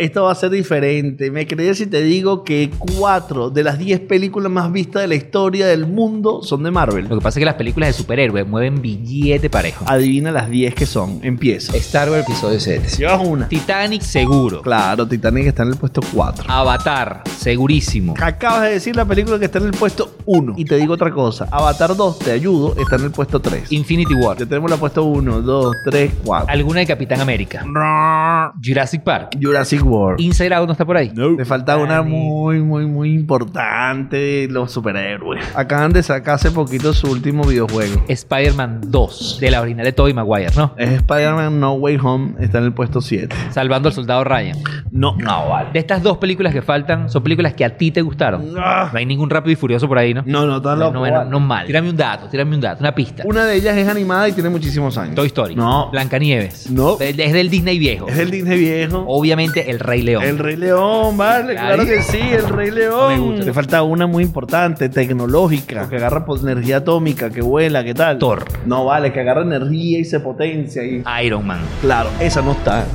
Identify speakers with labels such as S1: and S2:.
S1: Esto va a ser diferente. ¿Me crees si te digo que cuatro de las diez películas más vistas de la historia del mundo son de Marvel?
S2: Lo que pasa es que las películas de superhéroes mueven billete parejo.
S1: Adivina las diez que son. Empieza.
S2: Star Wars episodio 7.
S1: Llevas una.
S2: Titanic seguro.
S1: Claro, Titanic está en el puesto 4.
S2: Avatar segurísimo.
S1: Acabas de decir la película que está en el puesto 1. Y te digo otra cosa. Avatar 2, te ayudo, está en el puesto 3.
S2: Infinity War.
S1: Ya tenemos la puesto 1, 2, 3, 4.
S2: Alguna de Capitán América. Jurassic Park.
S1: Jurassic World.
S2: Inside Out no está por ahí.
S1: Me falta una muy, muy, muy importante de los superhéroes. Acaban de sacar hace poquito su último videojuego.
S2: Spider-Man 2, de la original de Tobey Maguire, ¿no?
S1: Es Spider-Man No Way Home, está en el puesto 7.
S2: Salvando al soldado Ryan.
S1: No, no, vale.
S2: De estas dos películas que faltan, son películas que a ti te gustaron.
S1: Ah.
S2: No hay ningún rápido y furioso por ahí, ¿no?
S1: No, no, está
S2: Bueno,
S1: loco.
S2: bueno,
S1: vale.
S2: no mal. Tírame un dato, tírame un dato, una pista.
S1: Una de ellas es animada y tiene muchísimos años.
S2: Toy Story.
S1: No.
S2: Blancanieves.
S1: No.
S2: Es del Disney viejo.
S1: Es del Disney viejo.
S2: Oh, Obviamente el Rey León.
S1: El Rey León, vale, claro,
S2: Claro.
S1: que sí, el Rey
S2: me
S1: León.
S2: gusta.
S1: Le falta una muy importante, tecnológica, que agarra por energía atómica, que vuela, ¿qué tal?
S2: Thor.
S1: No, vale, que agarra energía y se potencia y...
S2: Iron Man.
S1: Claro, esa no está.